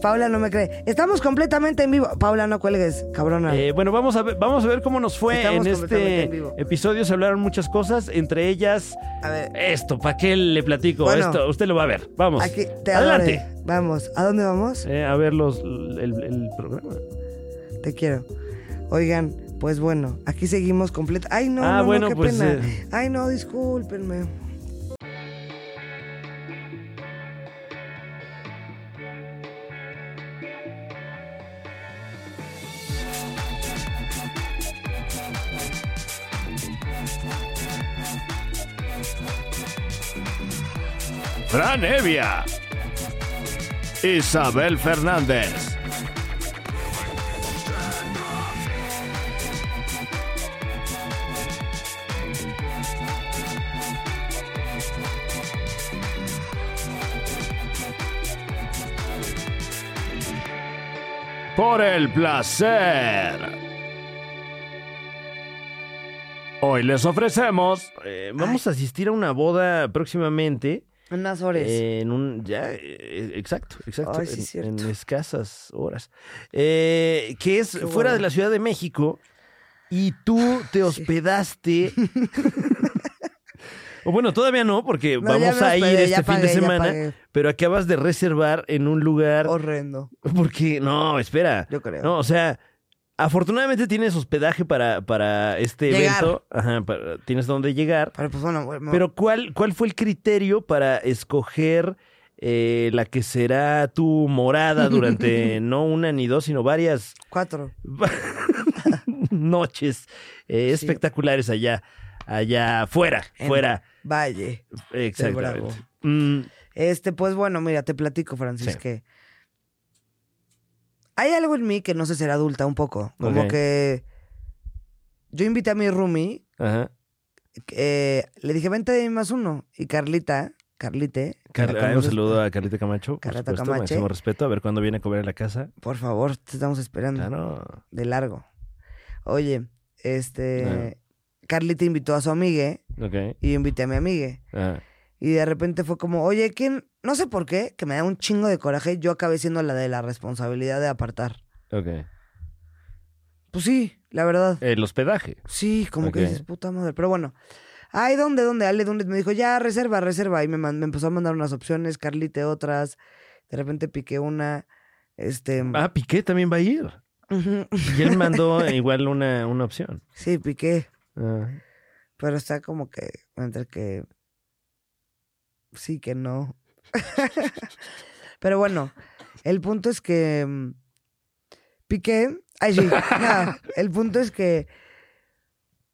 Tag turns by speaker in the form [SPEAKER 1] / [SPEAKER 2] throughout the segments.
[SPEAKER 1] Paula no me cree. Estamos completamente en vivo. Paula, no cuelgues, cabrona.
[SPEAKER 2] Eh, bueno, vamos a ver, vamos a ver cómo nos fue
[SPEAKER 1] Estamos
[SPEAKER 2] en
[SPEAKER 1] completamente
[SPEAKER 2] este
[SPEAKER 1] en vivo.
[SPEAKER 2] episodio. Se hablaron muchas cosas, entre ellas
[SPEAKER 1] a ver,
[SPEAKER 2] esto. ¿Para qué le platico
[SPEAKER 1] Bueno.
[SPEAKER 2] esto? Usted lo va a ver. Vamos.
[SPEAKER 1] aquí te
[SPEAKER 2] Adelante.
[SPEAKER 1] adoré. Vamos. ¿A dónde vamos?
[SPEAKER 2] Eh, a ver los el, el programa.
[SPEAKER 1] Te quiero. Oigan, pues bueno, aquí seguimos completa. Ay, no,
[SPEAKER 2] Ah,
[SPEAKER 1] no, no,
[SPEAKER 2] bueno,
[SPEAKER 1] qué
[SPEAKER 2] pues,
[SPEAKER 1] pena.
[SPEAKER 2] eh.
[SPEAKER 1] Ay, no, discúlpenme.
[SPEAKER 3] Fran Evia. Isabel Fernández. Por el placer. Hoy les ofrecemos
[SPEAKER 2] Eh, vamos a asistir a una boda próximamente.
[SPEAKER 1] Unas horas.
[SPEAKER 2] Eh, en un ya eh, exacto exacto
[SPEAKER 1] Pues. Ay, sí,
[SPEAKER 2] en- en,
[SPEAKER 1] cierto.
[SPEAKER 2] escasas horas Eh, que es
[SPEAKER 1] Qué
[SPEAKER 2] fuera
[SPEAKER 1] hueva.
[SPEAKER 2] de la Ciudad de México y tú te hospedaste o bueno todavía no porque
[SPEAKER 1] No, ya
[SPEAKER 2] vamos
[SPEAKER 1] me
[SPEAKER 2] a ir
[SPEAKER 1] hospedé,
[SPEAKER 2] este
[SPEAKER 1] ya
[SPEAKER 2] fin de
[SPEAKER 1] pagué, ya
[SPEAKER 2] semana
[SPEAKER 1] pagué.
[SPEAKER 2] pero acabas de reservar en un lugar
[SPEAKER 1] Horrendo,
[SPEAKER 2] porque no espera
[SPEAKER 1] yo creo.
[SPEAKER 2] no o sea afortunadamente tienes hospedaje para para este
[SPEAKER 1] Llegar.
[SPEAKER 2] evento Ajá, para- tienes donde llegar
[SPEAKER 1] Pero pues bueno, bueno,
[SPEAKER 2] pero ¿cuál, ¿cuál fue el criterio para escoger eh, la que será tu morada durante no una ni dos, sino varias
[SPEAKER 1] cuatro.
[SPEAKER 2] noches eh,
[SPEAKER 1] Sí.
[SPEAKER 2] espectaculares allá, allá afuera,
[SPEAKER 1] En-
[SPEAKER 2] fuera?
[SPEAKER 1] Valle. Bravo.
[SPEAKER 2] Exactamente. Mm,
[SPEAKER 1] Este, pues bueno, mira, te platico, Francis,
[SPEAKER 2] Sí.
[SPEAKER 1] que hay algo en mí que no sé ser adulta un poco. Como
[SPEAKER 2] Ok.
[SPEAKER 1] que yo invité a mi roomie,
[SPEAKER 2] ajá.
[SPEAKER 1] eh, le dije, vente de mí más uno. Y Carlita, Carlite. que la
[SPEAKER 2] Car- ah, un
[SPEAKER 1] conoces,
[SPEAKER 2] saludo a Carlita Camacho. Por
[SPEAKER 1] Carlita
[SPEAKER 2] supuesto,
[SPEAKER 1] Camache.
[SPEAKER 2] máximo respeto. A ver cuándo viene a comer a la casa. Ah,
[SPEAKER 1] Por favor, te estamos esperando.
[SPEAKER 2] Claro.
[SPEAKER 1] De largo. Oye, este.
[SPEAKER 2] Claro.
[SPEAKER 1] Carlita invitó a su amigue
[SPEAKER 2] Ok.
[SPEAKER 1] y yo invité a mi amigue.
[SPEAKER 2] Ah,
[SPEAKER 1] Y de repente fue como, oye, ¿quién? No sé por qué, que me da un chingo de coraje. Yo acabé siendo la de la responsabilidad de apartar.
[SPEAKER 2] ok.
[SPEAKER 1] Pues sí, la verdad.
[SPEAKER 2] El hospedaje.
[SPEAKER 1] Sí, como
[SPEAKER 2] Ok.
[SPEAKER 1] que dices, puta madre. Pero bueno. Ay, ¿dónde, dónde? Ale Dunes me dijo, ya, reserva, reserva. Y me, man- me empezó a mandar unas opciones, Carlite otras. De repente piqué una. Este.
[SPEAKER 2] Ah, Piqué también va a ir.
[SPEAKER 1] ujú.
[SPEAKER 2] Y él mandó igual una, una opción.
[SPEAKER 1] Sí, piqué.
[SPEAKER 2] Ah.
[SPEAKER 1] Pero está como que entre que sí que no. Pero bueno, el punto es que mm, piqué. Ay, sí. nada, el punto es que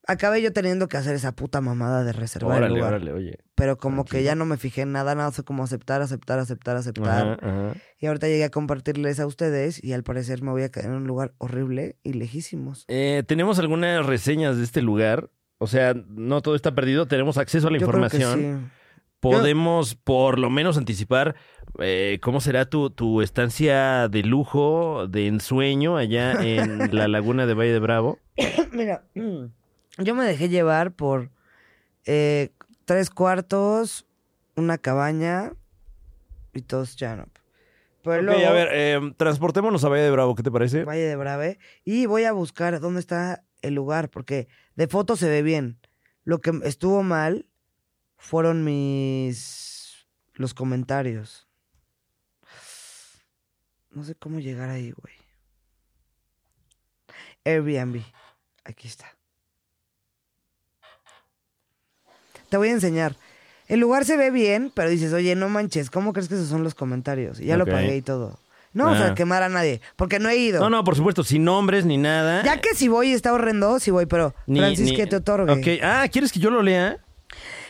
[SPEAKER 1] acabé yo teniendo que hacer esa puta mamada de reservar el
[SPEAKER 2] Órale,
[SPEAKER 1] lugar.
[SPEAKER 2] órale, oye.
[SPEAKER 1] Pero como que ya no me fijé en nada, nada, fue como aceptar, aceptar, aceptar, aceptar.
[SPEAKER 2] Ajá, ajá.
[SPEAKER 1] Y ahorita llegué a compartirles a ustedes y al parecer me voy a quedar en un lugar horrible y lejísimos.
[SPEAKER 2] Eh, tenemos algunas reseñas de este lugar. O sea, no todo está perdido. Tenemos acceso a la
[SPEAKER 1] Yo creo que
[SPEAKER 2] información.
[SPEAKER 1] sí.
[SPEAKER 2] Podemos por lo menos anticipar eh, cómo será tu, tu estancia de lujo, de ensueño allá en la laguna de Valle de Bravo.
[SPEAKER 1] Mira, mm, yo me dejé llevar por eh, tres cuartos, una cabaña y todos Janop. Pero
[SPEAKER 2] Ok,
[SPEAKER 1] luego,
[SPEAKER 2] a ver, eh, transportémonos a Valle de Bravo, ¿qué te parece?
[SPEAKER 1] Valle de Brave, y voy a buscar dónde está el lugar, porque de foto se ve bien. Lo que estuvo mal fueron mis. los comentarios. No sé cómo llegar ahí, güey. Airbnb. Aquí está. Te voy a enseñar. El lugar se ve bien, pero dices, oye, no manches, ¿cómo crees que esos son los comentarios? Y ya
[SPEAKER 2] Ok.
[SPEAKER 1] lo pagué y todo. No vamos
[SPEAKER 2] Ah.
[SPEAKER 1] a quemar a nadie, porque no he ido.
[SPEAKER 2] No, no, por supuesto, sin nombres ni nada.
[SPEAKER 1] Ya que si voy está horrendo, si voy, pero
[SPEAKER 2] Ni-
[SPEAKER 1] Francis,
[SPEAKER 2] ni-
[SPEAKER 1] que te otorgue.
[SPEAKER 2] Ok. Ah, ¿quieres que yo lo lea?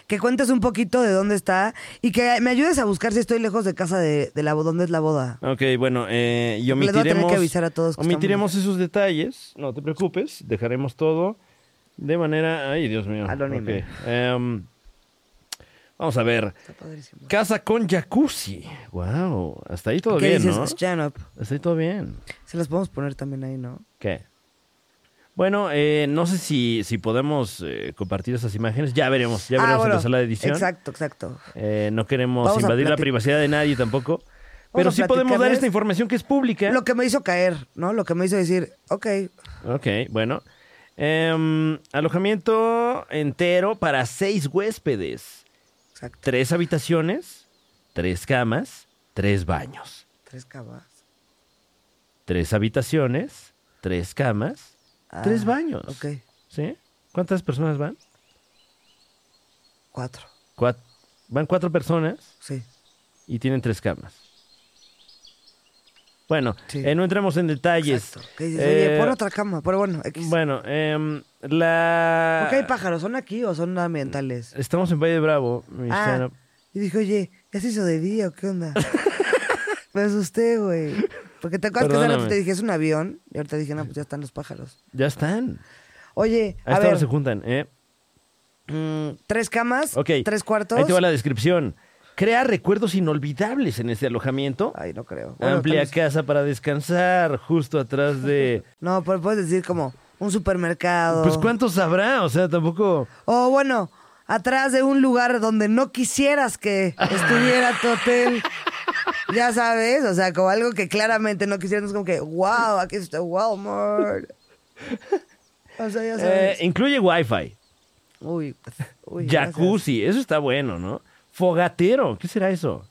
[SPEAKER 1] Que cuentes un poquito de dónde está y que me ayudes a buscar si estoy lejos de casa de, de la boda. ¿Dónde es la boda?
[SPEAKER 2] Ok, bueno, eh, y
[SPEAKER 1] Les voy a tener
[SPEAKER 2] omitiremos,
[SPEAKER 1] que avisar a todos que
[SPEAKER 2] omitiremos esos detalles, no te preocupes, dejaremos todo de manera... Ay, Dios mío.
[SPEAKER 1] Anónima.
[SPEAKER 2] Ok, em, vamos a ver.
[SPEAKER 1] Está padrísimo.
[SPEAKER 2] Casa con jacuzzi. Wow, hasta ahí todo
[SPEAKER 1] ¿Qué
[SPEAKER 2] bien,
[SPEAKER 1] dices?
[SPEAKER 2] ¿no?
[SPEAKER 1] Stand up.
[SPEAKER 2] Hasta ahí todo bien.
[SPEAKER 1] Se las podemos poner también ahí, ¿no?
[SPEAKER 2] ¿Qué? Bueno, eh, no sé si, si podemos eh, compartir esas imágenes. Ya veremos, ya veremos
[SPEAKER 1] Ah,
[SPEAKER 2] en
[SPEAKER 1] bueno.
[SPEAKER 2] la sala de edición.
[SPEAKER 1] Exacto, exacto.
[SPEAKER 2] Eh, no queremos
[SPEAKER 1] Vamos a
[SPEAKER 2] invadir la
[SPEAKER 1] plati-
[SPEAKER 2] privacidad de nadie tampoco. Pero
[SPEAKER 1] a
[SPEAKER 2] sí podemos dar
[SPEAKER 1] platicarles
[SPEAKER 2] esta información que es pública.
[SPEAKER 1] Lo que me hizo caer, ¿no? Lo que me hizo decir, ok,
[SPEAKER 2] Ok, bueno. Em, alojamiento entero para seis huéspedes.
[SPEAKER 1] exacto,
[SPEAKER 2] Tres habitaciones, tres camas, tres baños.
[SPEAKER 1] tres camas.
[SPEAKER 2] Tres habitaciones, tres camas, tres
[SPEAKER 1] Ah,
[SPEAKER 2] baños.
[SPEAKER 1] Ok,
[SPEAKER 2] ¿Sí? ¿Cuántas personas van?
[SPEAKER 1] cuatro,
[SPEAKER 2] Cuat- van cuatro personas
[SPEAKER 1] sí.
[SPEAKER 2] y tienen tres camas. Bueno,
[SPEAKER 1] Sí.
[SPEAKER 2] eh, no entremos en detalles.
[SPEAKER 1] Exacto. Que dices, oye,
[SPEAKER 2] Eh,
[SPEAKER 1] pon otra cama, pero bueno, X.
[SPEAKER 2] Bueno, em, la...
[SPEAKER 1] ¿Por qué hay pájaros? ¿Son aquí o son ambientales?
[SPEAKER 2] Estamos en Valle de Bravo. mi
[SPEAKER 1] Ah,
[SPEAKER 2] stand-up.
[SPEAKER 1] y dije, oye, ¿ya se hizo de día o qué onda? Me asusté, güey. Porque te acuerdas que hace rato
[SPEAKER 2] Perdóname.
[SPEAKER 1] te dije, es un avión. Y ahorita dije, no, pues ya están los pájaros.
[SPEAKER 2] Ya están.
[SPEAKER 1] Oye, a
[SPEAKER 2] A esta hora
[SPEAKER 1] ver,
[SPEAKER 2] se juntan, ¿eh?
[SPEAKER 1] mm, tres camas,
[SPEAKER 2] Ok.
[SPEAKER 1] tres cuartos.
[SPEAKER 2] Ahí te va la descripción. Crea recuerdos inolvidables en este alojamiento.
[SPEAKER 1] Ay, no creo. Bueno,
[SPEAKER 2] Amplia
[SPEAKER 1] tal vez-
[SPEAKER 2] casa para descansar, justo atrás de...
[SPEAKER 1] No, pero puedes decir como un supermercado.
[SPEAKER 2] Pues cuántos habrá, o sea, tampoco...
[SPEAKER 1] O bueno, atrás de un lugar donde no quisieras que estuviera tu hotel. Ya sabes, o sea, como algo que claramente no quisieras, es como que, wow, aquí está Walmart. O sea, ya
[SPEAKER 2] Eh,
[SPEAKER 1] sabes.
[SPEAKER 2] incluye wifi,
[SPEAKER 1] uy, pues, uy. gracias.
[SPEAKER 2] jacuzzi, eso está bueno, ¿no? Fogatero, ¿qué será eso?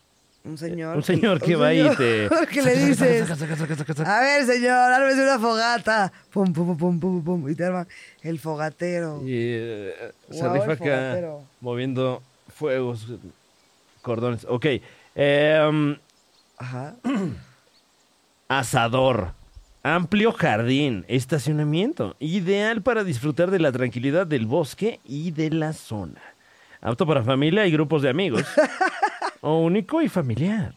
[SPEAKER 1] Ah, Un señor.
[SPEAKER 2] Un señor que va
[SPEAKER 1] señor
[SPEAKER 2] y te...
[SPEAKER 1] que le dices,
[SPEAKER 2] Saca, saca, saca, saca, saca.
[SPEAKER 1] a ver, señor, ármese una fogata. Pum, pum, pum, pum, pum, pum. Y te arma el fogatero.
[SPEAKER 2] Y eh, se
[SPEAKER 1] Ah. Guau, el
[SPEAKER 2] rifa acá
[SPEAKER 1] fogatero.
[SPEAKER 2] moviendo fuegos, cordones. Ok. em,
[SPEAKER 1] Ajá.
[SPEAKER 2] asador. Amplio jardín, estacionamiento, ideal para disfrutar de la tranquilidad del bosque y de la zona. Apto para familia y grupos de amigos. o único y familiar.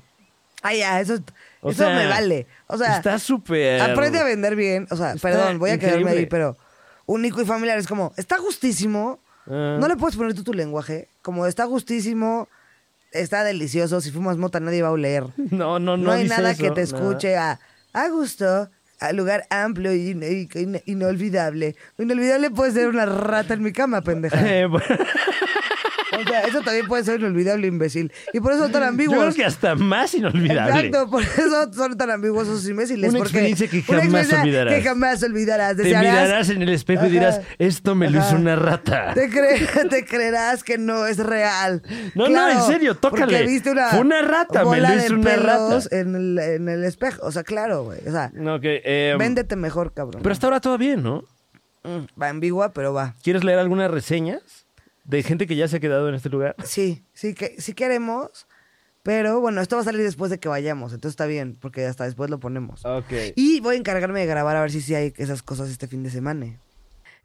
[SPEAKER 1] Ay, Ah, ya, eso,
[SPEAKER 2] O
[SPEAKER 1] eso
[SPEAKER 2] sea,
[SPEAKER 1] me vale. O sea,
[SPEAKER 2] está súper.
[SPEAKER 1] Aprende a vender bien. O sea,
[SPEAKER 2] Em, Está
[SPEAKER 1] perdón, voy a quedarme
[SPEAKER 2] increíble.
[SPEAKER 1] ahí, pero único y familiar es como, está justísimo.
[SPEAKER 2] Ah.
[SPEAKER 1] No le puedes poner tú tu lenguaje. Como está justísimo, está delicioso. Si fumas mota, nadie va a oler. No,
[SPEAKER 2] No, no, no.
[SPEAKER 1] hay
[SPEAKER 2] dice
[SPEAKER 1] nada
[SPEAKER 2] eso,
[SPEAKER 1] que te
[SPEAKER 2] nada.
[SPEAKER 1] escuche a, a gusto, a lugar amplio y, in- y- in- inolvidable. Inolvidable puede ser una rata en mi cama, pendeja.
[SPEAKER 2] Eh, bueno,
[SPEAKER 1] O sea, eso también puede ser inolvidable, imbécil. Y por eso son tan
[SPEAKER 2] yo creo
[SPEAKER 1] ambiguos.
[SPEAKER 2] que hasta más inolvidable.
[SPEAKER 1] Exacto, por eso son tan ambiguos esos imbéciles.
[SPEAKER 2] Una
[SPEAKER 1] porque
[SPEAKER 2] experiencia que
[SPEAKER 1] una
[SPEAKER 2] jamás
[SPEAKER 1] experiencia
[SPEAKER 2] olvidarás.
[SPEAKER 1] que jamás olvidarás.
[SPEAKER 2] Te
[SPEAKER 1] Desearás-
[SPEAKER 2] mirarás en el espejo y dirás,
[SPEAKER 1] Ajá.
[SPEAKER 2] esto me lo
[SPEAKER 1] Ajá.
[SPEAKER 2] hizo una rata.
[SPEAKER 1] Te, cre- te creerás que no es real.
[SPEAKER 2] No, no, en serio, tócale.
[SPEAKER 1] porque viste una,
[SPEAKER 2] Fue una rata, me
[SPEAKER 1] bola
[SPEAKER 2] lo
[SPEAKER 1] de
[SPEAKER 2] hizo una rata.
[SPEAKER 1] pelos En el, en el espejo. O sea, claro, güey. O sea,
[SPEAKER 2] No, que, eh,
[SPEAKER 1] véndete mejor, cabrón.
[SPEAKER 2] Pero hasta ahora todo bien, ¿no?
[SPEAKER 1] Mm, Va ambigua, pero va.
[SPEAKER 2] ¿Quieres leer algunas reseñas de gente que ya se ha quedado en este lugar?
[SPEAKER 1] Sí, sí, que, sí queremos. Pero bueno, esto va a salir después de que vayamos. Entonces está bien, porque hasta después lo ponemos.
[SPEAKER 2] Ok.
[SPEAKER 1] Y voy a encargarme de grabar a ver si sí hay esas cosas este fin de semana.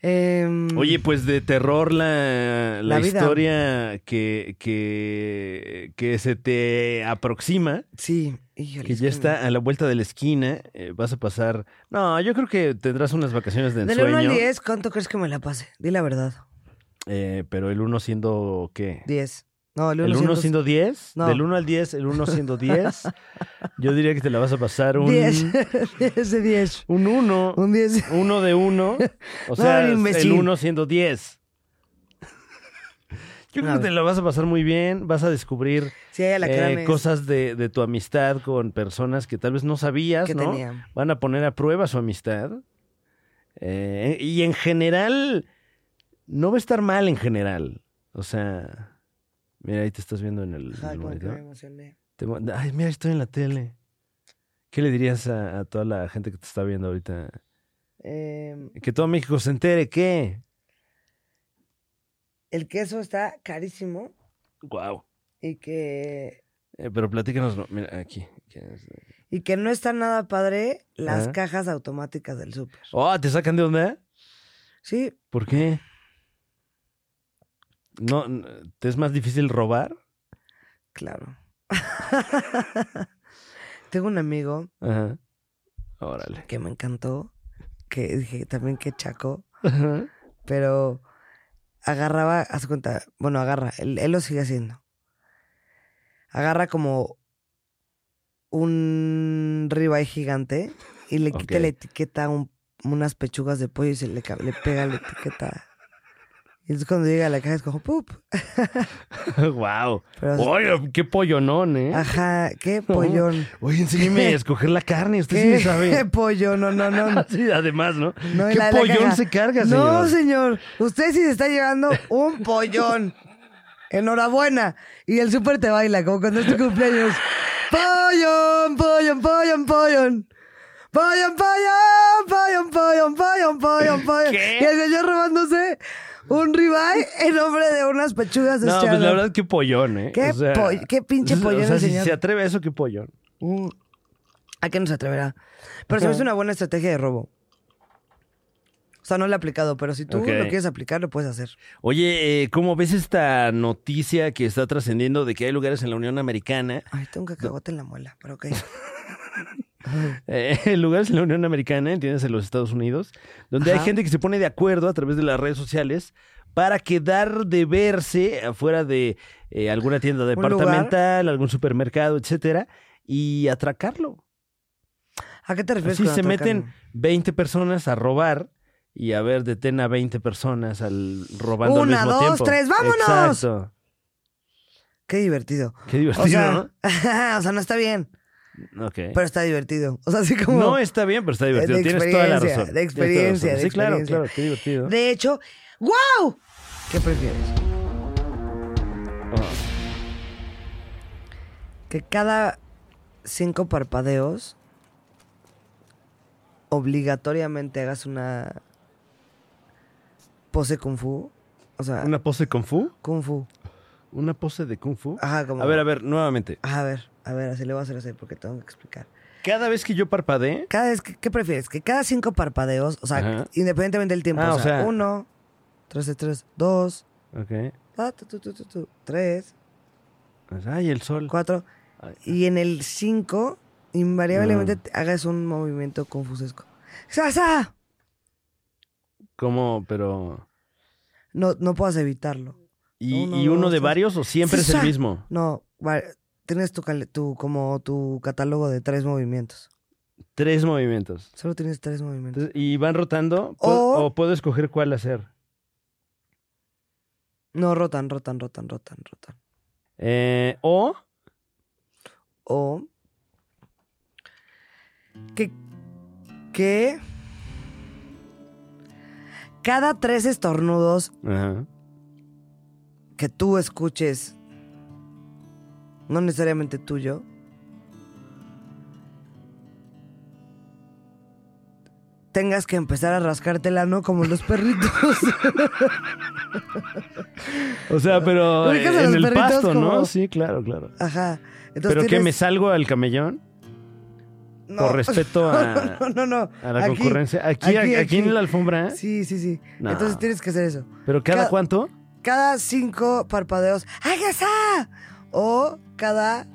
[SPEAKER 1] Em,
[SPEAKER 2] Oye, pues de terror la, la
[SPEAKER 1] La vida.
[SPEAKER 2] historia que, que, que se te aproxima,
[SPEAKER 1] Sí, híjole,
[SPEAKER 2] que
[SPEAKER 1] es
[SPEAKER 2] ya
[SPEAKER 1] me-
[SPEAKER 2] está a la vuelta de la esquina, eh, vas a pasar... No, yo creo que tendrás unas vacaciones de
[SPEAKER 1] Del 1 al
[SPEAKER 2] ensueño.
[SPEAKER 1] 10, ¿cuánto crees que me la pase? Di la verdad.
[SPEAKER 2] eh, pero el 1 siendo ¿qué?
[SPEAKER 1] 10. No, el 1
[SPEAKER 2] ¿El 1 siendo 10?
[SPEAKER 1] No.
[SPEAKER 2] Del 1 al 10, el 1 siendo 10. Yo diría que te la vas a pasar un...
[SPEAKER 1] 10. 10 de 10.
[SPEAKER 2] Un 1.
[SPEAKER 1] Un 10.
[SPEAKER 2] Uno de uno. O
[SPEAKER 1] No,
[SPEAKER 2] sea,
[SPEAKER 1] era imbécil.
[SPEAKER 2] el uno siendo diez. Yo creo
[SPEAKER 1] A
[SPEAKER 2] que te
[SPEAKER 1] ver.
[SPEAKER 2] la vas a pasar muy bien. Vas a descubrir
[SPEAKER 1] Sí, hay a la
[SPEAKER 2] eh,
[SPEAKER 1] cara me-
[SPEAKER 2] cosas de, de tu amistad con personas que tal vez no sabías,
[SPEAKER 1] que
[SPEAKER 2] ¿no?
[SPEAKER 1] tenía.
[SPEAKER 2] Van a poner a prueba su amistad. Eh, y en general, no va a estar mal en general. O sea, mira, ahí te estás viendo en el, en
[SPEAKER 1] Ay, como que
[SPEAKER 2] el
[SPEAKER 1] me
[SPEAKER 2] monitor.
[SPEAKER 1] emocioné.
[SPEAKER 2] Te mo- Ay, mira, estoy en la tele. ¿Qué le dirías a- a toda la gente que te está viendo ahorita?
[SPEAKER 1] Eh,
[SPEAKER 2] Que todo México se entere que.
[SPEAKER 1] el queso está carísimo
[SPEAKER 2] Wow.
[SPEAKER 1] y que,
[SPEAKER 2] Eh, pero platícanos, no, mira, aquí.
[SPEAKER 1] y que no está nada padre las
[SPEAKER 2] Ajá.
[SPEAKER 1] cajas automáticas del súper.
[SPEAKER 2] Oh, ¿te sacan de onda?
[SPEAKER 1] Sí,
[SPEAKER 2] ¿Por qué? No, n- ¿te es más difícil robar?
[SPEAKER 1] claro. Tengo un amigo
[SPEAKER 2] Ajá. Órale.
[SPEAKER 1] que me encantó, que dije también que chaco.
[SPEAKER 2] Ajá.
[SPEAKER 1] pero agarraba, haz cuenta, bueno, agarra, él, él lo sigue haciendo. Agarra como un ribeye gigante y le quita
[SPEAKER 2] Ok.
[SPEAKER 1] la etiqueta a un- unas pechugas de pollo y se le, ca- le pega la etiqueta. Y entonces cuando llega a la caja es como, ¡pup!
[SPEAKER 2] wow.
[SPEAKER 1] Pero-
[SPEAKER 2] Oye, qué pollonón, ¿eh?
[SPEAKER 1] Ajá, qué pollón.
[SPEAKER 2] Oye, enséñeme a escoger la carne, usted pues sí
[SPEAKER 1] ¿Qué
[SPEAKER 2] le sabe.
[SPEAKER 1] pollón? No, no, no. no.
[SPEAKER 2] Sí, además, ¿no?
[SPEAKER 1] No,
[SPEAKER 2] ¿Qué
[SPEAKER 1] la- la
[SPEAKER 2] pollón
[SPEAKER 1] caja.
[SPEAKER 2] se carga, señor?
[SPEAKER 1] No, señor. Usted sí se está llevando un pollón. Enhorabuena. Y el súper te baila, como cuando es tu cumpleaños. Pollón, pollón, pollón, pollón. Pollón, pollón, pollón, pollón, pollón, pollón, pollón.
[SPEAKER 2] ¿Qué?
[SPEAKER 1] Y el señor robándose un ribeye en nombre de unas pechugas de
[SPEAKER 2] No, pues
[SPEAKER 1] charro.
[SPEAKER 2] la verdad, qué pollón, ¿eh?
[SPEAKER 1] Qué poll- qué pinche pollón
[SPEAKER 2] O sea,
[SPEAKER 1] el
[SPEAKER 2] si
[SPEAKER 1] señor.
[SPEAKER 2] se atreve a eso, qué pollón.
[SPEAKER 1] Mm. ¿A qué nos atreverá? Pero se me hace
[SPEAKER 2] Mm.
[SPEAKER 1] una buena estrategia de robo. O sea, no lo he aplicado, pero si tú
[SPEAKER 2] Ok.
[SPEAKER 1] lo quieres aplicar, lo puedes hacer.
[SPEAKER 2] Oye, eh, ¿cómo ves esta noticia que está trascendiendo de que hay lugares en la Unión Americana?
[SPEAKER 1] Ay, tengo un cacahuate en la muela, pero ok.
[SPEAKER 2] eh, lugares en la Unión Americana, ¿entiendes? En los Estados Unidos, donde
[SPEAKER 1] Ajá.
[SPEAKER 2] hay gente que se pone de acuerdo a través de las redes sociales para quedar de verse afuera de eh, alguna tienda
[SPEAKER 1] lugar.
[SPEAKER 2] departamental, algún supermercado, etcétera, y atracarlo.
[SPEAKER 1] ¿A qué te refieres?
[SPEAKER 2] Así
[SPEAKER 1] con
[SPEAKER 2] se
[SPEAKER 1] atacarme?
[SPEAKER 2] meten 20 personas a robar y a ver, detén a 20 personas al robando
[SPEAKER 1] Una,
[SPEAKER 2] al mismo
[SPEAKER 1] dos,
[SPEAKER 2] tiempo.
[SPEAKER 1] tres, ¡vámonos!
[SPEAKER 2] Exacto.
[SPEAKER 1] Qué divertido.
[SPEAKER 2] Qué
[SPEAKER 1] O
[SPEAKER 2] divertido,
[SPEAKER 1] sea, o sea, no está bien,
[SPEAKER 2] ¿no? Ok.
[SPEAKER 1] pero está divertido. O sea, así como.
[SPEAKER 2] No está bien, pero está divertido.
[SPEAKER 1] de
[SPEAKER 2] Tienes toda la
[SPEAKER 1] experiencia,
[SPEAKER 2] razón.
[SPEAKER 1] de
[SPEAKER 2] Tienes toda la razón.
[SPEAKER 1] experiencia, de
[SPEAKER 2] Sí, claro,
[SPEAKER 1] experiencia.
[SPEAKER 2] claro, qué divertido.
[SPEAKER 1] De hecho, ¡wow! ¿Qué prefieres?
[SPEAKER 2] Ah.
[SPEAKER 1] Que cada cinco parpadeos obligatoriamente hagas una pose kung fu. O sea,
[SPEAKER 2] ¿Una pose Kung Fu?
[SPEAKER 1] kung fu.
[SPEAKER 2] ¿Una pose de Kung Fu?
[SPEAKER 1] Ajá, como.
[SPEAKER 2] A ver, a ver, nuevamente.
[SPEAKER 1] Ajá, a ver, a ver, así le voy a hacer así porque tengo que explicar.
[SPEAKER 2] Cada vez que yo parpadeé,
[SPEAKER 1] Cada vez, que- ¿qué prefieres? Que cada cinco parpadeos, o sea,
[SPEAKER 2] Ajá.
[SPEAKER 1] independientemente del tiempo,
[SPEAKER 2] Ah,
[SPEAKER 1] o,
[SPEAKER 2] o
[SPEAKER 1] sea,
[SPEAKER 2] sea-
[SPEAKER 1] uno, tres, tres, tres, dos,
[SPEAKER 2] ok.
[SPEAKER 1] ah, tu, tu, tu, tu, tu, tres,
[SPEAKER 2] pues, Ay, el sol.
[SPEAKER 1] cuatro,
[SPEAKER 2] Ay.
[SPEAKER 1] y en el cinco, invariablemente
[SPEAKER 2] Mm.
[SPEAKER 1] te- hagas un movimiento confusesco. ¡Sasa!
[SPEAKER 2] ¿Cómo? Pero.
[SPEAKER 1] No, no puedas evitarlo.
[SPEAKER 2] ¿Y y
[SPEAKER 1] Uno,
[SPEAKER 2] uno,
[SPEAKER 1] dos,
[SPEAKER 2] de
[SPEAKER 1] tres.
[SPEAKER 2] varios o siempre es
[SPEAKER 1] Sa-
[SPEAKER 2] el mismo?
[SPEAKER 1] No, va- tienes tu, cal- tu, como tu catálogo de tres movimientos.
[SPEAKER 2] Tres movimientos.
[SPEAKER 1] Solo tienes tres movimientos.
[SPEAKER 2] Entonces, ¿Y van rotando? ¿Pu-
[SPEAKER 1] O-
[SPEAKER 2] ¿O puedo escoger cuál hacer?
[SPEAKER 1] No, rotan, rotan, rotan, rotan, rotan.
[SPEAKER 2] Eh, o.
[SPEAKER 1] O que, que cada tres estornudos
[SPEAKER 2] Ajá.
[SPEAKER 1] que tú escuches, no necesariamente tuyo, tengas que empezar a rascarte el ano como los perritos.
[SPEAKER 2] O sea, pero eh,
[SPEAKER 1] Ah, Ubicas a los
[SPEAKER 2] en el
[SPEAKER 1] perritos
[SPEAKER 2] pasto,
[SPEAKER 1] como-
[SPEAKER 2] ¿no? Sí, claro, claro.
[SPEAKER 1] Ajá. Entonces
[SPEAKER 2] ¿Pero qué? ¿Me
[SPEAKER 1] tienes-
[SPEAKER 2] salgo al camellón?
[SPEAKER 1] No.
[SPEAKER 2] Por respeto a,
[SPEAKER 1] No, no, no.
[SPEAKER 2] a la
[SPEAKER 1] Aquí.
[SPEAKER 2] concurrencia. Aquí,
[SPEAKER 1] aquí,
[SPEAKER 2] aquí,
[SPEAKER 1] aquí.
[SPEAKER 2] en la alfombra. ¿eh?
[SPEAKER 1] Sí, sí, sí.
[SPEAKER 2] No.
[SPEAKER 1] Entonces tienes que hacer eso.
[SPEAKER 2] ¿Pero cada,
[SPEAKER 1] Cada-
[SPEAKER 2] cuánto?
[SPEAKER 1] cada cinco parpadeos, ¡hágasa! O cada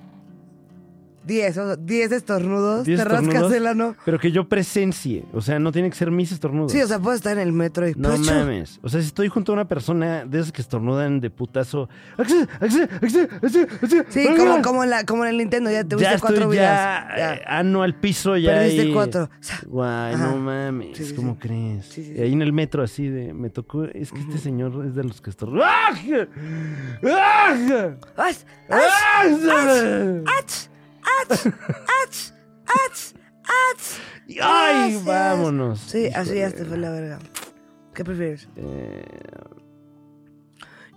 [SPEAKER 1] diez, o sea, diez estornudos,
[SPEAKER 2] ¿Diez
[SPEAKER 1] te rascas
[SPEAKER 2] estornudos?
[SPEAKER 1] el ano.
[SPEAKER 2] Pero que yo presencie. O sea, no tiene que ser mis estornudos.
[SPEAKER 1] Sí, o sea, puedes estar en el metro y...
[SPEAKER 2] No
[SPEAKER 1] ¡Pocho!
[SPEAKER 2] mames. O sea, si estoy junto a una persona de esas que estornudan de putazo. ¡Axel! ¡Axel! ¡Axel! ¡Axel! ¡Axel!
[SPEAKER 1] Sí,
[SPEAKER 2] ¡Ah!
[SPEAKER 1] como, como, en la, como en el Nintendo, ya te
[SPEAKER 2] Ya
[SPEAKER 1] viste
[SPEAKER 2] estoy
[SPEAKER 1] cuatro vidas.
[SPEAKER 2] ya,
[SPEAKER 1] Ya.
[SPEAKER 2] eh, ano al piso ya.
[SPEAKER 1] Perdiste
[SPEAKER 2] ahí.
[SPEAKER 1] cuatro. Sa-
[SPEAKER 2] Guay,
[SPEAKER 1] Ajá.
[SPEAKER 2] no mames.
[SPEAKER 1] Sí, sí,
[SPEAKER 2] ¿Cómo
[SPEAKER 1] sí.
[SPEAKER 2] crees?
[SPEAKER 1] Sí, sí,
[SPEAKER 2] Y
[SPEAKER 1] sí.
[SPEAKER 2] ahí en el metro así de. Me tocó. Es que este señor es de los que estornudan. ¡Ah! ¡Ah!
[SPEAKER 1] ¡Ach! ¡Ach!
[SPEAKER 2] ¡Ah!
[SPEAKER 1] ¡Ach! ¡Ach! ¡Ach! ¡Ach! ¡Ach!
[SPEAKER 2] Y- ¡Ay!
[SPEAKER 1] Gracias.
[SPEAKER 2] ¡Vámonos!
[SPEAKER 1] Sí, así
[SPEAKER 2] Híjole.
[SPEAKER 1] ya te fue la verga. ¿Qué prefieres?
[SPEAKER 2] Eh,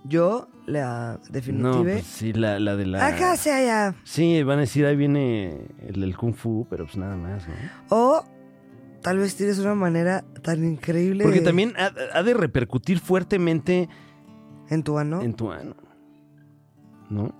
[SPEAKER 1] Yo, la
[SPEAKER 2] no,
[SPEAKER 1] definitive.
[SPEAKER 2] pues sí, la, la de la.
[SPEAKER 1] ¡Hágase allá!
[SPEAKER 2] Sí, van a decir, ahí viene el del Kung Fu, pero pues nada más, ¿no?
[SPEAKER 1] O tal vez tienes una manera tan increíble
[SPEAKER 2] Porque
[SPEAKER 1] de-
[SPEAKER 2] también ha, ha de repercutir fuertemente
[SPEAKER 1] en tu ano.
[SPEAKER 2] en tu ano. ¿No?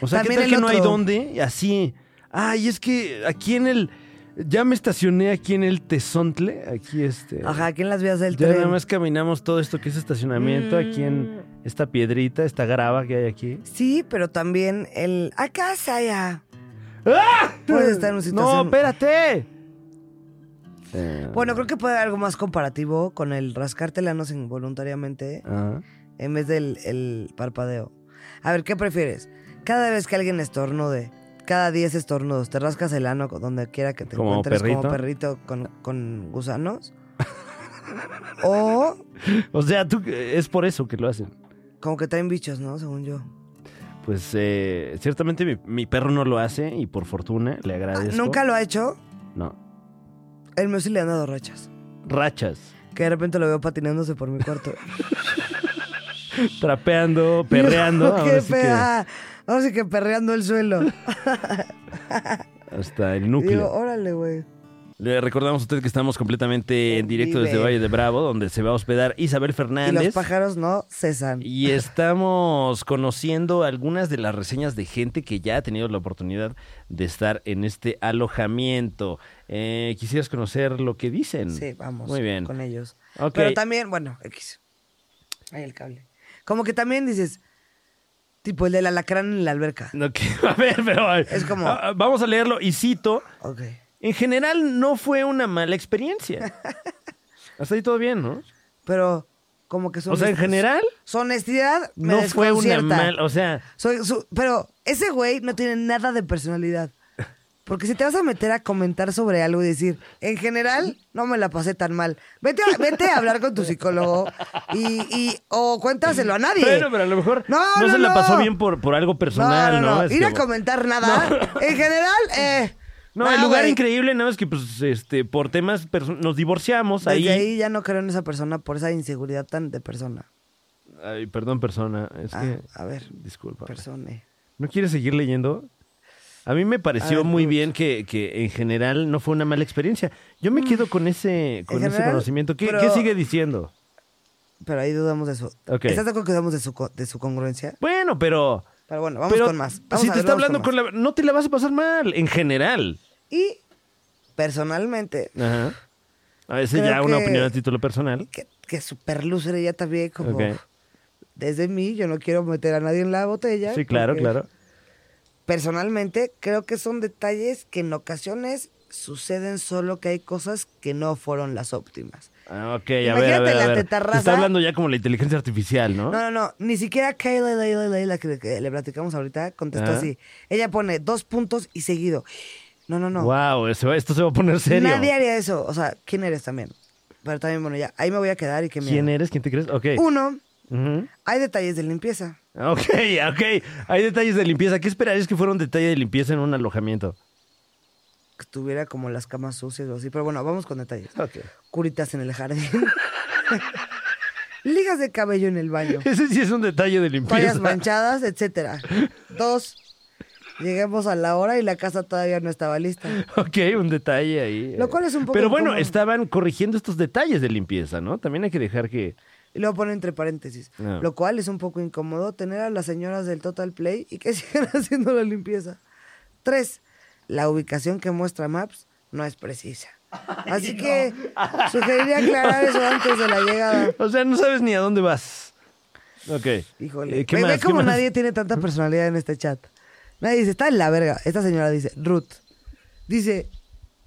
[SPEAKER 2] O sea,
[SPEAKER 1] También
[SPEAKER 2] ¿qué tal
[SPEAKER 1] el
[SPEAKER 2] que no hay
[SPEAKER 1] otro.
[SPEAKER 2] dónde? Así. Ay, es que aquí en el. Ya me estacioné aquí en el Tezontle. Aquí este.
[SPEAKER 1] Ajá, aquí en las vías del
[SPEAKER 2] Ya
[SPEAKER 1] tren.
[SPEAKER 2] nada más caminamos todo esto que es estacionamiento. Aquí en
[SPEAKER 1] Mm,
[SPEAKER 2] esta piedrita, esta grava que hay aquí.
[SPEAKER 1] Sí, pero también el a casa ya.
[SPEAKER 2] ¡Ah!
[SPEAKER 1] Puedes estar en una
[SPEAKER 2] ¡No,
[SPEAKER 1] situación-
[SPEAKER 2] espérate! Eh,
[SPEAKER 1] Bueno, creo que puede haber algo más comparativo con el rascarte el ano involuntariamente
[SPEAKER 2] ajá.
[SPEAKER 1] en vez del el parpadeo. A ver, ¿qué prefieres? Cada vez que alguien estornude, cada 10 estornudos, ¿te rascas el ano con- donde quiera que te
[SPEAKER 2] Como
[SPEAKER 1] encuentres como
[SPEAKER 2] perrito.
[SPEAKER 1] perrito con, con gusanos? O
[SPEAKER 2] O sea, tú, es por eso que lo hacen.
[SPEAKER 1] como que traen bichos, ¿no? Según yo.
[SPEAKER 2] Pues eh, ciertamente mi, mi perro no lo hace y por fortuna le agradezco.
[SPEAKER 1] Ah, Nunca lo ha hecho.
[SPEAKER 2] No.
[SPEAKER 1] El mío sí le han dado rachas.
[SPEAKER 2] Rachas.
[SPEAKER 1] Que de repente lo veo patinándose por mi cuarto.
[SPEAKER 2] Trapeando, perreando.
[SPEAKER 1] ¡Qué
[SPEAKER 2] ahora sí que
[SPEAKER 1] fea! Ahora sí que perreando el suelo.
[SPEAKER 2] hasta el
[SPEAKER 1] Y
[SPEAKER 2] núcleo.
[SPEAKER 1] Digo, órale, güey.
[SPEAKER 2] Le recordamos a usted que estamos completamente en
[SPEAKER 1] En
[SPEAKER 2] directo desde
[SPEAKER 1] vivo.
[SPEAKER 2] Valle de Bravo, donde se va a hospedar
[SPEAKER 1] Y
[SPEAKER 2] Isabel
[SPEAKER 1] los
[SPEAKER 2] Fernández.
[SPEAKER 1] pájaros no cesan.
[SPEAKER 2] Y estamos conociendo algunas de las reseñas de gente que ya ha tenido la oportunidad de estar en este alojamiento. Eh, ¿Quisieras conocer lo que dicen?
[SPEAKER 1] Sí, vamos.
[SPEAKER 2] Mm. Muy bien.
[SPEAKER 1] Con ellos.
[SPEAKER 2] Ok.
[SPEAKER 1] Pero también, bueno, X. Ahí el cable. Como que también dices, tipo el del alacrán en la alberca.
[SPEAKER 2] Ok, a ver, pero...
[SPEAKER 1] Es como-
[SPEAKER 2] Ah, ah, Vamos a leerlo y cito.
[SPEAKER 1] Ok.
[SPEAKER 2] En general no fue una mala experiencia. Hasta ahí todo bien, ¿no?
[SPEAKER 1] Pero como que son.
[SPEAKER 2] O sea, en general
[SPEAKER 1] Su honestidad me
[SPEAKER 2] no fue una
[SPEAKER 1] desconcierta.
[SPEAKER 2] mala... O sea...
[SPEAKER 1] Soy su- pero ese güey no tiene nada de personalidad. Porque si te vas a meter a comentar sobre algo y decir, en general, no me la pasé tan mal. Vete a, vete a hablar con tu psicólogo y, y- o cuéntaselo a nadie.
[SPEAKER 2] Bueno, pero a lo mejor no, se la pasó bien por, por algo personal, ¿no?
[SPEAKER 1] no,
[SPEAKER 2] Es
[SPEAKER 1] Ir a
[SPEAKER 2] como-
[SPEAKER 1] comentar nada. En general, eh.
[SPEAKER 2] No, el lugar
[SPEAKER 1] güey.
[SPEAKER 2] increíble, nada más que pues, este, por temas perso- nos divorciamos
[SPEAKER 1] Desde
[SPEAKER 2] ahí.
[SPEAKER 1] ahí... ya no creo en esa persona por esa inseguridad tan de persona.
[SPEAKER 2] Ay, perdón, persona. Es
[SPEAKER 1] Ah,
[SPEAKER 2] que.
[SPEAKER 1] a ver.
[SPEAKER 2] Disculpa.
[SPEAKER 1] Persone.
[SPEAKER 2] ¿No quieres seguir leyendo? A mí me pareció
[SPEAKER 1] ver,
[SPEAKER 2] muy bien que, que en general no fue una mala experiencia. Yo me quedo con ese, con ese
[SPEAKER 1] Mm. general,
[SPEAKER 2] conocimiento. ¿Qué,
[SPEAKER 1] pero-
[SPEAKER 2] qué sigue diciendo?
[SPEAKER 1] Pero ahí dudamos de su.
[SPEAKER 2] Ok.
[SPEAKER 1] ¿Estás de acuerdo que dudamos de su, co- de su congruencia?
[SPEAKER 2] Bueno, pero.
[SPEAKER 1] Pero bueno, vamos
[SPEAKER 2] pero
[SPEAKER 1] con más. Vamos
[SPEAKER 2] si
[SPEAKER 1] a
[SPEAKER 2] te
[SPEAKER 1] ver,
[SPEAKER 2] está
[SPEAKER 1] vamos
[SPEAKER 2] hablando
[SPEAKER 1] con
[SPEAKER 2] con la. No te la vas a pasar mal, en general.
[SPEAKER 1] Y personalmente,
[SPEAKER 2] Ajá. A veces
[SPEAKER 1] Creo
[SPEAKER 2] ya una
[SPEAKER 1] que-
[SPEAKER 2] opinión a título personal.
[SPEAKER 1] que, que super loser ella también, como
[SPEAKER 2] Ok.
[SPEAKER 1] desde mí, yo no quiero meter a nadie en la botella.
[SPEAKER 2] Sí, claro,
[SPEAKER 1] porque
[SPEAKER 2] claro.
[SPEAKER 1] Personalmente, creo que son detalles que en ocasiones suceden, solo que hay cosas que no fueron las óptimas.
[SPEAKER 2] Ah, Ok, a ver, a
[SPEAKER 1] Imagínate
[SPEAKER 2] ver, a
[SPEAKER 1] la
[SPEAKER 2] ver.
[SPEAKER 1] tetarraza.
[SPEAKER 2] Te Está hablando ya como la inteligencia artificial, ¿no?
[SPEAKER 1] No, no, no, ni siquiera Kayla, la, la, la, la que, que le platicamos ahorita, contestó
[SPEAKER 2] Ajá.
[SPEAKER 1] así. Ella pone dos puntos y seguido. No, no, no.
[SPEAKER 2] Wow, se va- esto se va a poner serio.
[SPEAKER 1] Nadie haría eso. O sea, ¿quién eres también? Pero también, bueno, ya, ahí me voy a quedar y que me.
[SPEAKER 2] ¿Quién eres? ¿Quién te crees? Ok.
[SPEAKER 1] Uno,
[SPEAKER 2] Ujú.
[SPEAKER 1] hay detalles de limpieza.
[SPEAKER 2] Ok, ok. Hay detalles de limpieza. ¿Qué esperarías que fuera un detalle de limpieza en un alojamiento?
[SPEAKER 1] Que tuviera como las camas sucias o así. Pero bueno, vamos con detalles.
[SPEAKER 2] Ok.
[SPEAKER 1] Curitas en el jardín. Ligas de cabello en el baño.
[SPEAKER 2] Ese sí es un detalle de limpieza.
[SPEAKER 1] Toallas manchadas, etcétera. Dos, lleguemos a la hora y la casa todavía no estaba lista.
[SPEAKER 2] Ok, un detalle ahí. eh.
[SPEAKER 1] Lo cual es un poco
[SPEAKER 2] Pero bueno,
[SPEAKER 1] incómodo.
[SPEAKER 2] estaban corrigiendo estos detalles de limpieza, ¿no? También hay que dejar que.
[SPEAKER 1] Y luego pone entre paréntesis.
[SPEAKER 2] Ah.
[SPEAKER 1] Lo cual es un poco incómodo tener a las señoras del Total Play y que sigan haciendo la limpieza. Tres, la ubicación que muestra Maps no es precisa. Así que sugeriría aclarar eso antes de la llegada.
[SPEAKER 2] O sea, no sabes ni a dónde vas. Ok.
[SPEAKER 1] Híjole.
[SPEAKER 2] Eh, ¿Qué
[SPEAKER 1] Ve-
[SPEAKER 2] más?
[SPEAKER 1] Ve
[SPEAKER 2] ¿Qué
[SPEAKER 1] como
[SPEAKER 2] más?
[SPEAKER 1] nadie tiene tanta personalidad en este chat. Nadie dice, está en la verga. Esta señora dice, Ruth. Dice,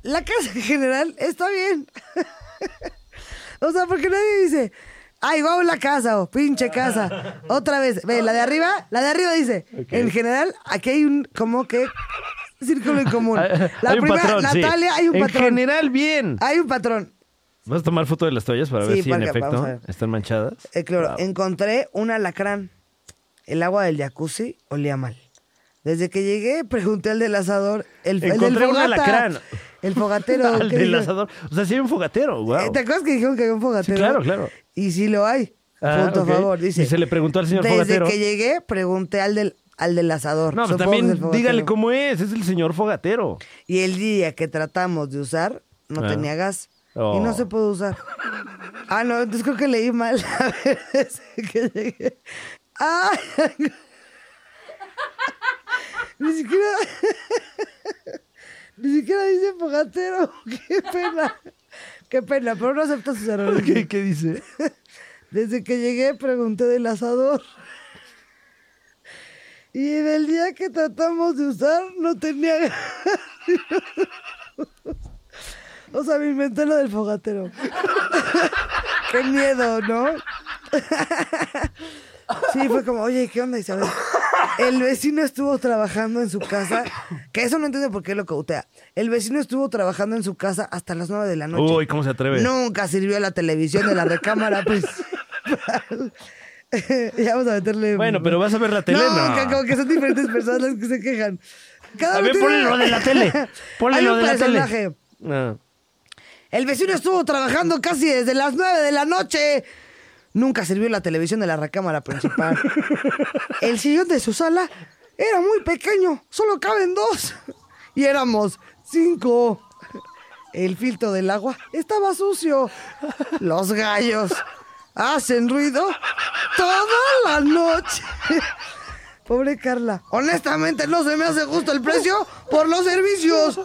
[SPEAKER 1] la casa en general está bien. o sea, porque nadie dice, ay, vamos a la casa, o pinche casa. Otra vez, ve, la de arriba, la de arriba dice, en general, aquí hay un, como que, círculo en común.
[SPEAKER 2] Ah,
[SPEAKER 1] La
[SPEAKER 2] hay un
[SPEAKER 1] primera,
[SPEAKER 2] patrón, sí.
[SPEAKER 1] Natalia, hay un
[SPEAKER 2] En
[SPEAKER 1] patrón.
[SPEAKER 2] general, bien.
[SPEAKER 1] Hay un patrón.
[SPEAKER 2] ¿Vas a tomar foto de las toallas para
[SPEAKER 1] Sí,
[SPEAKER 2] ver si en
[SPEAKER 1] porque-
[SPEAKER 2] efecto
[SPEAKER 1] vamos a ver.
[SPEAKER 2] están manchadas?
[SPEAKER 1] Eh, claro,
[SPEAKER 2] Wow.
[SPEAKER 1] encontré un alacrán. El agua del jacuzzi olía mal. Desde que llegué, pregunté al del asador. El, el del
[SPEAKER 2] Encontré un
[SPEAKER 1] fogata,
[SPEAKER 2] alacrán.
[SPEAKER 1] El fogatero.
[SPEAKER 2] Al
[SPEAKER 1] ¿qué
[SPEAKER 2] del
[SPEAKER 1] dijo?
[SPEAKER 2] asador. O sea, sí hay un fogatero, wow.
[SPEAKER 1] Eh, ¿Te acuerdas que dijeron que había un fogatero?
[SPEAKER 2] Sí, claro, claro.
[SPEAKER 1] Y sí lo hay.
[SPEAKER 2] Ah,
[SPEAKER 1] punto a
[SPEAKER 2] ok.
[SPEAKER 1] favor. Dice,
[SPEAKER 2] Y se le preguntó al señor
[SPEAKER 1] desde
[SPEAKER 2] fogatero".
[SPEAKER 1] que llegué, pregunté al del, al del asador.
[SPEAKER 2] No, pues
[SPEAKER 1] Supongo que es el
[SPEAKER 2] también
[SPEAKER 1] fogatero.
[SPEAKER 2] dígale cómo es, es el señor fogatero.
[SPEAKER 1] Y el día que tratamos de usar, no
[SPEAKER 2] Ah.
[SPEAKER 1] tenía gas. Y
[SPEAKER 2] Oh.
[SPEAKER 1] no se pudo usar. Ah, no, entonces creo que leí mal. A ver, desde que llegué. Ah. Ni siquiera. Ni siquiera dice fogatero. Qué pena. Qué pena, pero no acepta sus errores.
[SPEAKER 2] ¿Qué, qué dice?
[SPEAKER 1] Desde que llegué pregunté del asador. Y en el día que tratamos de usar no tenía gas. O sea, me inventé lo del fogatero. Qué miedo, ¿no? Sí, fue como, oye, ¿qué onda, Isabel? El vecino estuvo trabajando en su casa, que eso no entiendo por qué lo cautea. El vecino estuvo trabajando en su casa hasta las 9 de la noche.
[SPEAKER 2] Uy, ¿cómo se atreve?
[SPEAKER 1] Nunca sirvió la televisión de la recámara, pues. ya vamos a meterle.
[SPEAKER 2] Bueno, pero vas a ver la tele,
[SPEAKER 1] No,
[SPEAKER 2] no.
[SPEAKER 1] que como que son diferentes personas las que se quejan. Cada
[SPEAKER 2] A
[SPEAKER 1] uno
[SPEAKER 2] ver,
[SPEAKER 1] tiene-
[SPEAKER 2] ponle lo de la tele. Ponle
[SPEAKER 1] Hay
[SPEAKER 2] lo
[SPEAKER 1] un
[SPEAKER 2] de la
[SPEAKER 1] personaje.
[SPEAKER 2] tele. Ah.
[SPEAKER 1] El vecino estuvo trabajando casi desde las 9 de la noche. Nunca sirvió la televisión de la recámara principal. El sillón de su sala era muy pequeño, solo caben dos. Y éramos cinco. El filtro del agua estaba sucio. Los gallos hacen ruido toda la noche. Pobre Carla. Honestamente, no se me hace justo el precio por los servicios.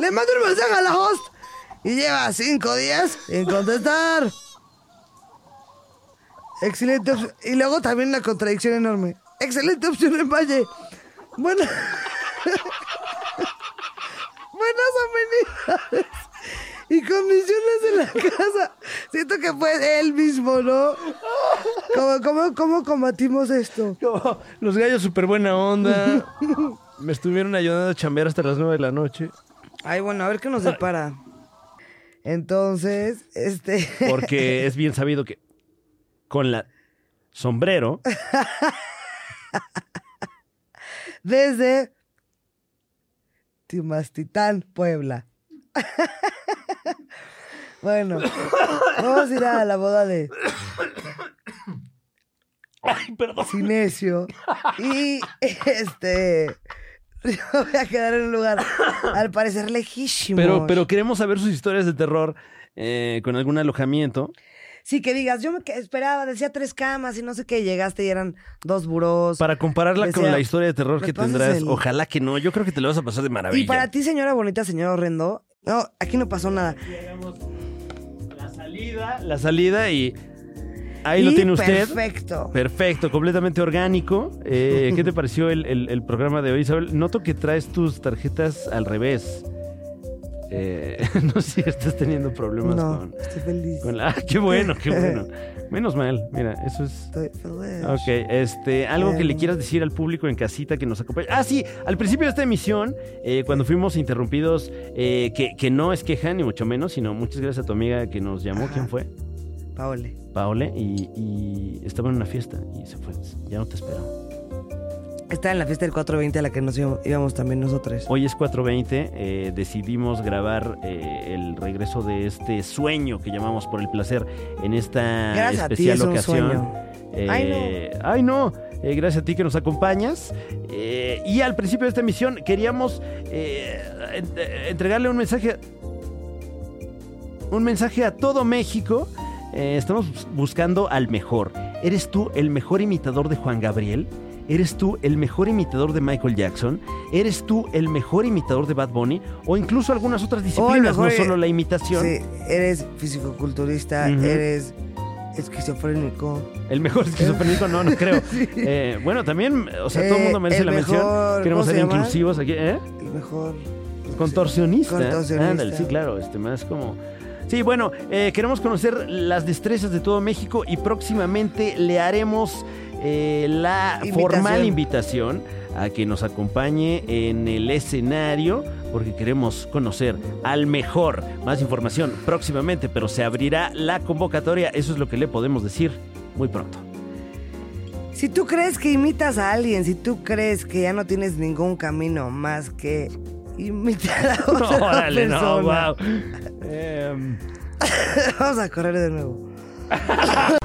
[SPEAKER 1] Le mando un mensaje a la host y lleva cinco días en contestar. Excelente opción. Y luego también una contradicción enorme. Excelente opción en Valle. Buena- Buenas amenidades y condiciones de la casa. Siento que fue él mismo, ¿no? ¿Cómo, cómo, cómo combatimos esto?
[SPEAKER 2] No, los gallos súper buena onda. Me estuvieron ayudando a chambear hasta las 9 de la noche.
[SPEAKER 1] Ay, bueno, a ver qué nos depara. Entonces, este.
[SPEAKER 2] Porque es bien sabido que con la sombrero,
[SPEAKER 1] desde Timastitán, Puebla. bueno, vamos a ir a la boda de
[SPEAKER 2] ay, perdón,
[SPEAKER 1] Sinesio y este yo voy a quedar en un lugar al parecer lejísimo.
[SPEAKER 2] pero, pero queremos saber sus historias de terror eh, con algún alojamiento.
[SPEAKER 1] sí que digas, yo me que- esperaba, decía tres camas y no sé qué, llegaste y eran dos burós.
[SPEAKER 2] Para compararla con
[SPEAKER 1] Decía,
[SPEAKER 2] la historia de terror
[SPEAKER 1] ¿me
[SPEAKER 2] que
[SPEAKER 1] pasas
[SPEAKER 2] tendrás,
[SPEAKER 1] el-
[SPEAKER 2] ojalá que no. Yo creo que te lo vas a pasar de maravilla.
[SPEAKER 1] Y para ti, señora bonita, señor horrendo, no, aquí no pasó nada.
[SPEAKER 2] La salida, la salida y ahí lo
[SPEAKER 1] Y
[SPEAKER 2] tiene usted.
[SPEAKER 1] Perfecto.
[SPEAKER 2] Perfecto, completamente orgánico. Eh, ¿Qué te pareció el, el- el programa de hoy, Isabel? Noto que traes tus tarjetas al revés. Eh, no sé si estás teniendo problemas
[SPEAKER 1] No,
[SPEAKER 2] con,
[SPEAKER 1] estoy feliz.
[SPEAKER 2] con la... Ah, qué bueno, qué bueno. Menos mal, mira, eso es...
[SPEAKER 1] Estoy feliz.
[SPEAKER 2] Ok, este, algo que le
[SPEAKER 1] Em.
[SPEAKER 2] quieras decir al público en casita que nos acompaña. Ah, sí, al principio de esta emisión, eh, cuando fuimos interrumpidos, eh, que, que no es queja ni mucho menos, sino muchas gracias a tu amiga que nos llamó.
[SPEAKER 1] Ajá.
[SPEAKER 2] ¿Quién fue?
[SPEAKER 1] Paole.
[SPEAKER 2] Paole y, y estaba en una fiesta y se fue. Ya no te espero.
[SPEAKER 1] Estaba en la fiesta del 420 a la que nos íbamos- íbamos también nosotros.
[SPEAKER 2] Hoy es 4.20. eh, decidimos grabar eh, el regreso de este sueño que llamamos por el placer en esta
[SPEAKER 1] Gracias a ti
[SPEAKER 2] especial
[SPEAKER 1] es un
[SPEAKER 2] ocasión.
[SPEAKER 1] sueño.
[SPEAKER 2] Eh,
[SPEAKER 1] Ay,
[SPEAKER 2] ay, no. Eh, gracias a ti que nos acompañas. Eh, y al principio de esta emisión queríamos eh, en- eh, entregarle un mensaje. Un mensaje a todo México. Eh, estamos bus- buscando al mejor. ¿Eres tú el mejor imitador de Juan Gabriel? ¿Eres tú el mejor imitador de Michael Jackson? ¿Eres tú el mejor imitador de Bad Bunny? O incluso algunas otras disciplinas,
[SPEAKER 1] mejor,
[SPEAKER 2] no solo
[SPEAKER 1] eh,
[SPEAKER 2] la imitación.
[SPEAKER 1] Sí, eres fisicoculturista,
[SPEAKER 2] Ujú.
[SPEAKER 1] eres esquizofrénico.
[SPEAKER 2] El mejor esquizofrénico, no, no creo.
[SPEAKER 1] Sí.
[SPEAKER 2] Eh, bueno, también, o sea, todo el
[SPEAKER 1] Eh,
[SPEAKER 2] mundo merece
[SPEAKER 1] el
[SPEAKER 2] la mención.
[SPEAKER 1] mejor,
[SPEAKER 2] Queremos
[SPEAKER 1] ¿cómo se
[SPEAKER 2] ser
[SPEAKER 1] llama?
[SPEAKER 2] inclusivos aquí, ¿eh?
[SPEAKER 1] El mejor.
[SPEAKER 2] Contorsionista.
[SPEAKER 1] Contorsionista.
[SPEAKER 2] Ándale, sí, claro, este más como. Sí, bueno, eh, queremos conocer las destrezas de todo México y próximamente le haremos eh, la
[SPEAKER 1] Invitación.
[SPEAKER 2] formal invitación a que nos acompañe en el escenario porque queremos conocer al mejor. Más información próximamente, pero se abrirá la convocatoria. Eso es lo que le podemos decir muy pronto.
[SPEAKER 1] Si tú crees que imitas a alguien, si tú crees que ya no tienes ningún camino más que imitar a otra
[SPEAKER 2] Órale,
[SPEAKER 1] persona,
[SPEAKER 2] no, wow. Em,
[SPEAKER 1] vamos a correr de nuevo.